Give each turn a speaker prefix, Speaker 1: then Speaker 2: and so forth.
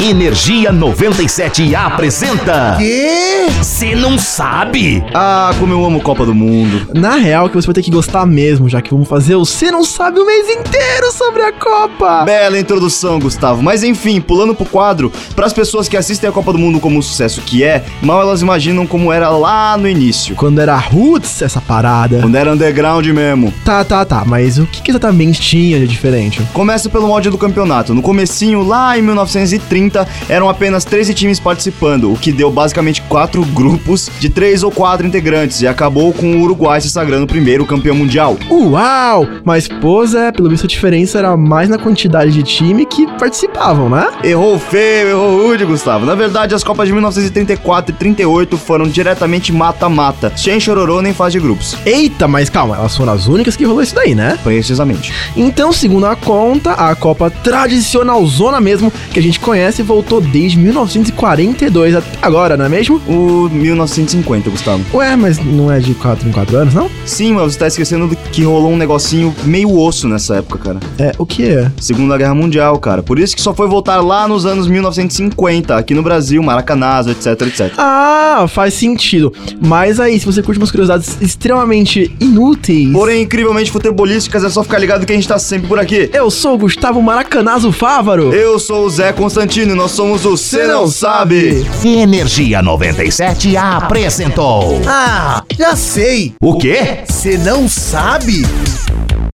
Speaker 1: Energia 97 apresenta.
Speaker 2: Quê?
Speaker 1: Você não sabe?
Speaker 2: Ah, como eu amo Copa do Mundo.
Speaker 3: Na real, que você vai ter que gostar mesmo, já que vamos fazer o Você Não Sabe o mês inteiro sobre a Copa.
Speaker 2: Bela introdução, Gustavo. Mas enfim, pulando pro quadro, para as pessoas que assistem a Copa do Mundo como um sucesso que é, mal elas imaginam como era lá no início.
Speaker 3: Quando era roots essa parada.
Speaker 2: Quando era underground mesmo.
Speaker 3: Tá, tá, tá, mas o que, que exatamente tinha de diferente?
Speaker 2: Começa pelo molde do campeonato. No comecinho, lá em 1930, eram apenas 13 times participando, o que deu basicamente quatro grupos de três ou quatro integrantes e acabou com o Uruguai se sagrando primeiro campeão mundial.
Speaker 3: Uau! Mas, pois é, pelo visto a diferença era mais na quantidade de time que participavam, né?
Speaker 2: Errou feio, errou rude, Gustavo. Na verdade, as Copas de 1934 e 38 foram diretamente mata-mata, sem chororô nem fase de grupos.
Speaker 3: Eita, mas calma, elas foram as únicas que rolou isso daí, né?
Speaker 2: Precisamente.
Speaker 3: Então, segundo a conta, a Copa tradicional zona mesmo, que a gente conhece, voltou desde 1942 até agora, não é mesmo?
Speaker 2: O 1950, Gustavo.
Speaker 3: Ué, mas não é de 4 em 4 anos, não?
Speaker 2: Sim, mas você tá esquecendo do que rolou um negocinho meio osso nessa época, cara.
Speaker 3: É, o que é?
Speaker 2: Segunda Guerra Mundial, cara. Por isso que só foi voltar lá nos anos 1950, aqui no Brasil, Maracanazo, etc, etc.
Speaker 3: Ah, faz sentido. Mas aí, se você curte umas curiosidades extremamente inúteis...
Speaker 2: Porém, incrivelmente futebolísticas, é só ficar ligado que a gente tá sempre por aqui.
Speaker 3: Eu sou o Gustavo Maracanazo Fávaro.
Speaker 2: Eu sou o Zé Constantino e nós somos o Cê Não Sabe.
Speaker 1: Energia 97 apresentou.
Speaker 4: Ah, já sei.
Speaker 1: O quê?
Speaker 4: Você não sabe?